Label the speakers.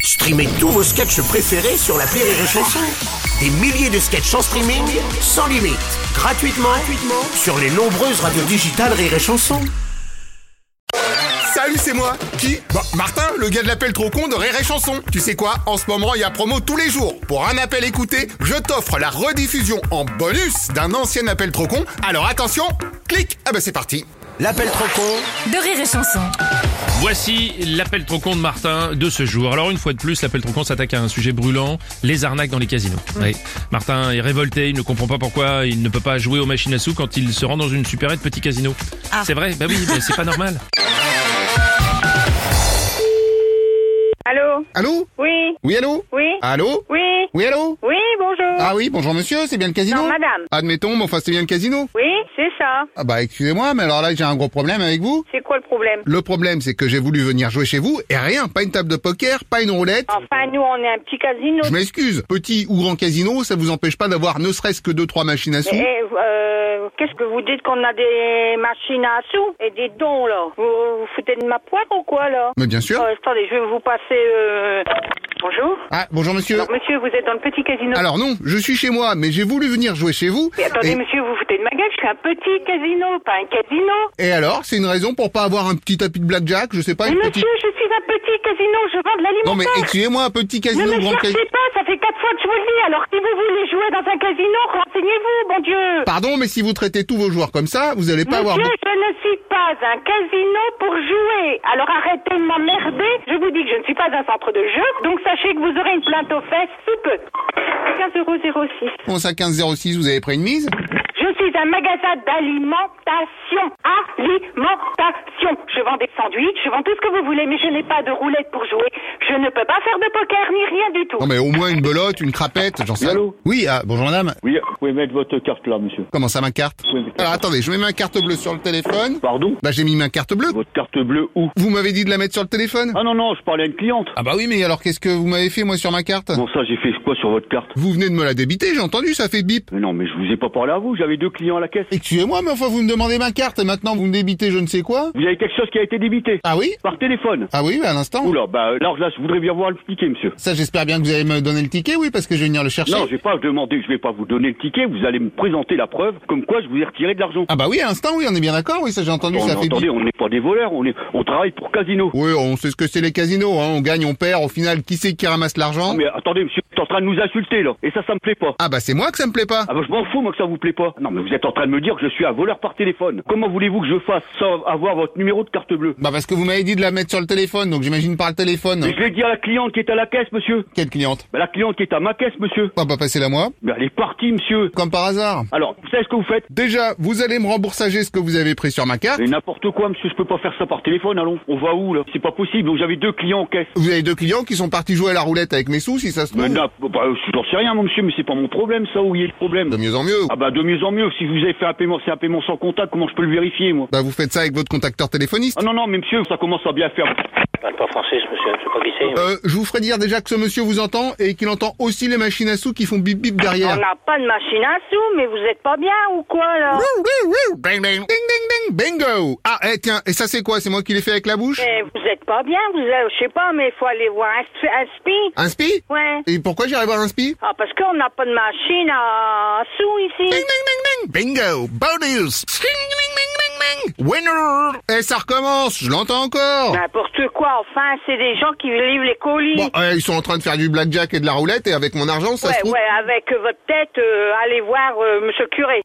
Speaker 1: Streamez tous vos sketchs préférés sur la Rire et Chanson. Des milliers de sketchs en streaming, sans limite, gratuitement, gratuitement sur les nombreuses radios digitales Rire et Chanson.
Speaker 2: Salut, c'est moi. Qui Bah, Martin, le gars de l'appel trop con de Rire et Chanson. Tu sais quoi En ce moment, il y a promo tous les jours. Pour un appel écouté, je t'offre la rediffusion en bonus d'un ancien appel trop con. Alors attention, clique. Ah bah c'est parti.
Speaker 1: L'appel trop con
Speaker 3: de rire et chanson.
Speaker 4: Voici l'appel trop con de Martin de ce jour. Alors une fois de plus, l'appel trop con s'attaque à un sujet brûlant, les arnaques dans les casinos. Oui. Martin est révolté, il ne comprend pas pourquoi il ne peut pas jouer aux machines à sous quand il se rend dans une supérette petit casino. C'est vrai, bah oui, mais c'est pas normal.
Speaker 5: Allô
Speaker 2: Allô
Speaker 5: Oui,
Speaker 2: Oui, allô
Speaker 5: oui,
Speaker 2: Allô
Speaker 5: oui,
Speaker 2: Oui, allô
Speaker 5: oui, bonjour.
Speaker 2: Ah oui, bonjour monsieur, c'est bien le casino
Speaker 5: Non, madame.
Speaker 2: Admettons, mais enfin c'est bien le casino.
Speaker 5: Oui, c'est ça.
Speaker 2: Ah bah excusez-moi, mais alors là j'ai un gros problème avec vous.
Speaker 5: C'est quoi le problème
Speaker 2: Le problème c'est que j'ai voulu venir jouer chez vous et rien, pas une table de poker, pas une roulette.
Speaker 5: Enfin, nous, on est un petit casino.
Speaker 2: Je m'excuse, petit ou grand casino, ça vous empêche pas d'avoir ne serait-ce que deux trois machines à sous.
Speaker 5: Eh, euh, qu'est-ce que vous dites qu'on a des machines à sous et des dons, là Vous vous foutez de ma poire ou quoi, là
Speaker 2: Mais bien sûr.
Speaker 5: Euh, Attendez, je vais vous passer... Euh... Bonjour
Speaker 2: Ah bonjour monsieur.
Speaker 5: Alors, monsieur, vous êtes dans le petit casino
Speaker 2: Alors non, je suis chez moi, mais j'ai voulu venir jouer chez vous.
Speaker 5: Mais attendez,
Speaker 2: Et-
Speaker 5: monsieur, vous vous foutez de ma gueule, je suis un petit casino, pas un casino.
Speaker 2: Et, alors, c'est une raison pour pas avoir un petit tapis de blackjack, je sais pas,
Speaker 5: Mais
Speaker 2: une
Speaker 5: monsieur,
Speaker 2: petite...
Speaker 5: je suis un petit casino, je vends de l'alimentaire.
Speaker 2: Ah, Non mais excusez-moi, un petit
Speaker 5: Ne
Speaker 2: casino,
Speaker 5: me
Speaker 2: grand
Speaker 5: cherchez
Speaker 2: casino...
Speaker 5: pas, ça fait quatre fois que je vous le dis. Alors si vous voulez jouer dans un casino, renseignez-vous, bon Dieu.
Speaker 2: Pardon, mais si vous traitez tous vos joueurs comme ça, vous allez pas avoir...
Speaker 5: Monsieur,
Speaker 2: beau-
Speaker 5: je ne suis pas un casino pour jouer. Alors arrêtez de m'emmerder. Je vous dis que je ne suis pas un centre de jeu, donc sachez que vous aurez une plainte aux fesses sous peu. 15,06.
Speaker 2: Bon, ça 1506, vous avez pris une mise
Speaker 5: Je suis un magasin d'alimentation. Alimentation. Je vends des sandwichs, je vends tout ce que vous voulez, mais je n'ai pas de roulette pour jouer. Je ne peux pas faire de poker ni rien du tout.
Speaker 2: Non mais au moins une belote, une crapette, j'en sais...
Speaker 6: Allô
Speaker 2: Oui, ah, bonjour madame.
Speaker 6: Oui, vous pouvez mettre votre carte là, monsieur.
Speaker 2: Comment ça, ma carte
Speaker 6: Oui, mais-
Speaker 2: Alors attendez, je mets ma carte bleue sur le téléphone.
Speaker 6: Pardon
Speaker 2: Bah j'ai mis ma carte bleue.
Speaker 6: Votre carte bleue où
Speaker 2: Vous m'avez dit de la mettre sur le téléphone
Speaker 6: Ah non, non, je parlais à une cliente.
Speaker 2: Ah bah oui, mais alors qu'est-ce que vous m'avez fait moi sur ma carte
Speaker 6: Bon, ça, j'ai fait quoi sur votre carte
Speaker 2: Vous venez de me la débiter, j'ai entendu, ça fait bip.
Speaker 6: Mais non, mais je vous ai pas parlé à vous, j'avais deux clients à la caisse.
Speaker 2: Excusez-moi, mais enfin vous me demandez ma carte et maintenant vous me débitez je ne sais quoi
Speaker 6: Vous avez quelque chose qui a été débité
Speaker 2: Ah oui
Speaker 6: Par téléphone
Speaker 2: Ah oui, à l'instant.
Speaker 6: Oula, bah alors là, je voudrais bien voir le ticket, monsieur.
Speaker 2: Ça, j'espère bien que vous allez me donner le ticket, oui, parce que je vais venir le chercher.
Speaker 6: Non, je vais pas demander, je vais pas vous donner le ticket, vous allez me présenter la preuve comme quoi je vous ai retiré de l'argent.
Speaker 2: Ah bah oui, à l'instant, oui, on est bien d'accord, oui, ça j'ai entendu,
Speaker 6: Bon,
Speaker 2: ça fait
Speaker 6: attendez,
Speaker 2: bip.
Speaker 6: on n'est pas des voleurs, on est, on travaille pour casino.
Speaker 2: Oui, on sait ce que c'est les casinos, hein, on gagne, on perd, au final, qui c'est qui ramasse l'argent
Speaker 6: Mais attendez, monsieur, vous êtes en train de nous insulter là, et ça, ça me plaît pas.
Speaker 2: Ah bah c'est moi que ça me plaît pas
Speaker 6: Ah bah je m'en fous moi que ça vous plaît pas. Non mais vous êtes en train de me dire que je suis un voleur par téléphone. Comment voulez-vous que je fasse sans avoir votre numéro de carte bleue
Speaker 2: Bah parce que vous m'avez dit de la mettre sur le téléphone, donc j'imagine par le téléphone.
Speaker 6: Mais je l'ai dit à la cliente qui est à la caisse monsieur.
Speaker 2: Quelle cliente
Speaker 6: Bah la cliente qui est à ma caisse monsieur.
Speaker 2: Bah bah passez-la moi,
Speaker 6: Bah elle est partie monsieur.
Speaker 2: comme par hasard.
Speaker 6: Alors, vous savez ce que vous faites
Speaker 2: Déjà, vous allez me remboursager ce que vous avez pris sur ma carte.
Speaker 6: Mais n'importe quoi monsieur, je peux pas faire ça par téléphone allons. On va où là C'est pas possible, donc j'avais deux clients en caisse.
Speaker 2: Vous avez deux clients qui sont partis jouer à la roulette avec mes sous, si ça se
Speaker 6: Mais
Speaker 2: trouve.
Speaker 6: n'a- bah, j'en sais rien mon monsieur, mais c'est pas mon problème ça, où il est le problème
Speaker 2: De mieux en mieux.
Speaker 6: Ah bah de mieux en mieux, si vous avez fait un paiement, c'est un paiement sans contact, comment je peux le vérifier moi
Speaker 2: Bah vous faites ça avec votre contacteur téléphoniste.
Speaker 6: Ah non non mais monsieur, ça commence à bien faire.
Speaker 7: parle pas français, ce monsieur, je sais pas qui c'est.
Speaker 2: Euh, je vous ferai dire déjà que ce monsieur vous entend et qu'il entend aussi les machines à sous qui font bip bip
Speaker 5: On
Speaker 2: derrière.
Speaker 5: n'a pas de machine à sous, mais vous êtes pas bien ou quoi, là
Speaker 2: Wouh, wouh, wouh, Bang, bang, ding, ding, ding, bingo Ah, eh, tiens, et ça c'est quoi C'est moi qui l'ai fait avec la bouche
Speaker 5: Mais Eh, vous êtes pas bien, vous êtes, je sais pas, mais il faut aller voir un, sp- un spi.
Speaker 2: Un spi
Speaker 5: Ouais.
Speaker 2: Et pourquoi j'irai voir un spi
Speaker 5: Ah, parce qu'on n'a pas de machine à sous
Speaker 2: Ding,
Speaker 5: ici.
Speaker 2: ding, ding, ding Bingo Bonus Ding, ding, ding, ding, ding Winner Eh, ça recommence Je l'entends encore
Speaker 5: N'importe quoi, enfin, c'est des gens qui livrent les colis.
Speaker 2: Bon, eh, ils sont en train de faire du blackjack et de la roulette, et avec mon argent, ça se
Speaker 5: ouais,
Speaker 2: trouve...
Speaker 5: ouais, avec euh, votre tête, euh, allez voir euh, Monsieur Curé.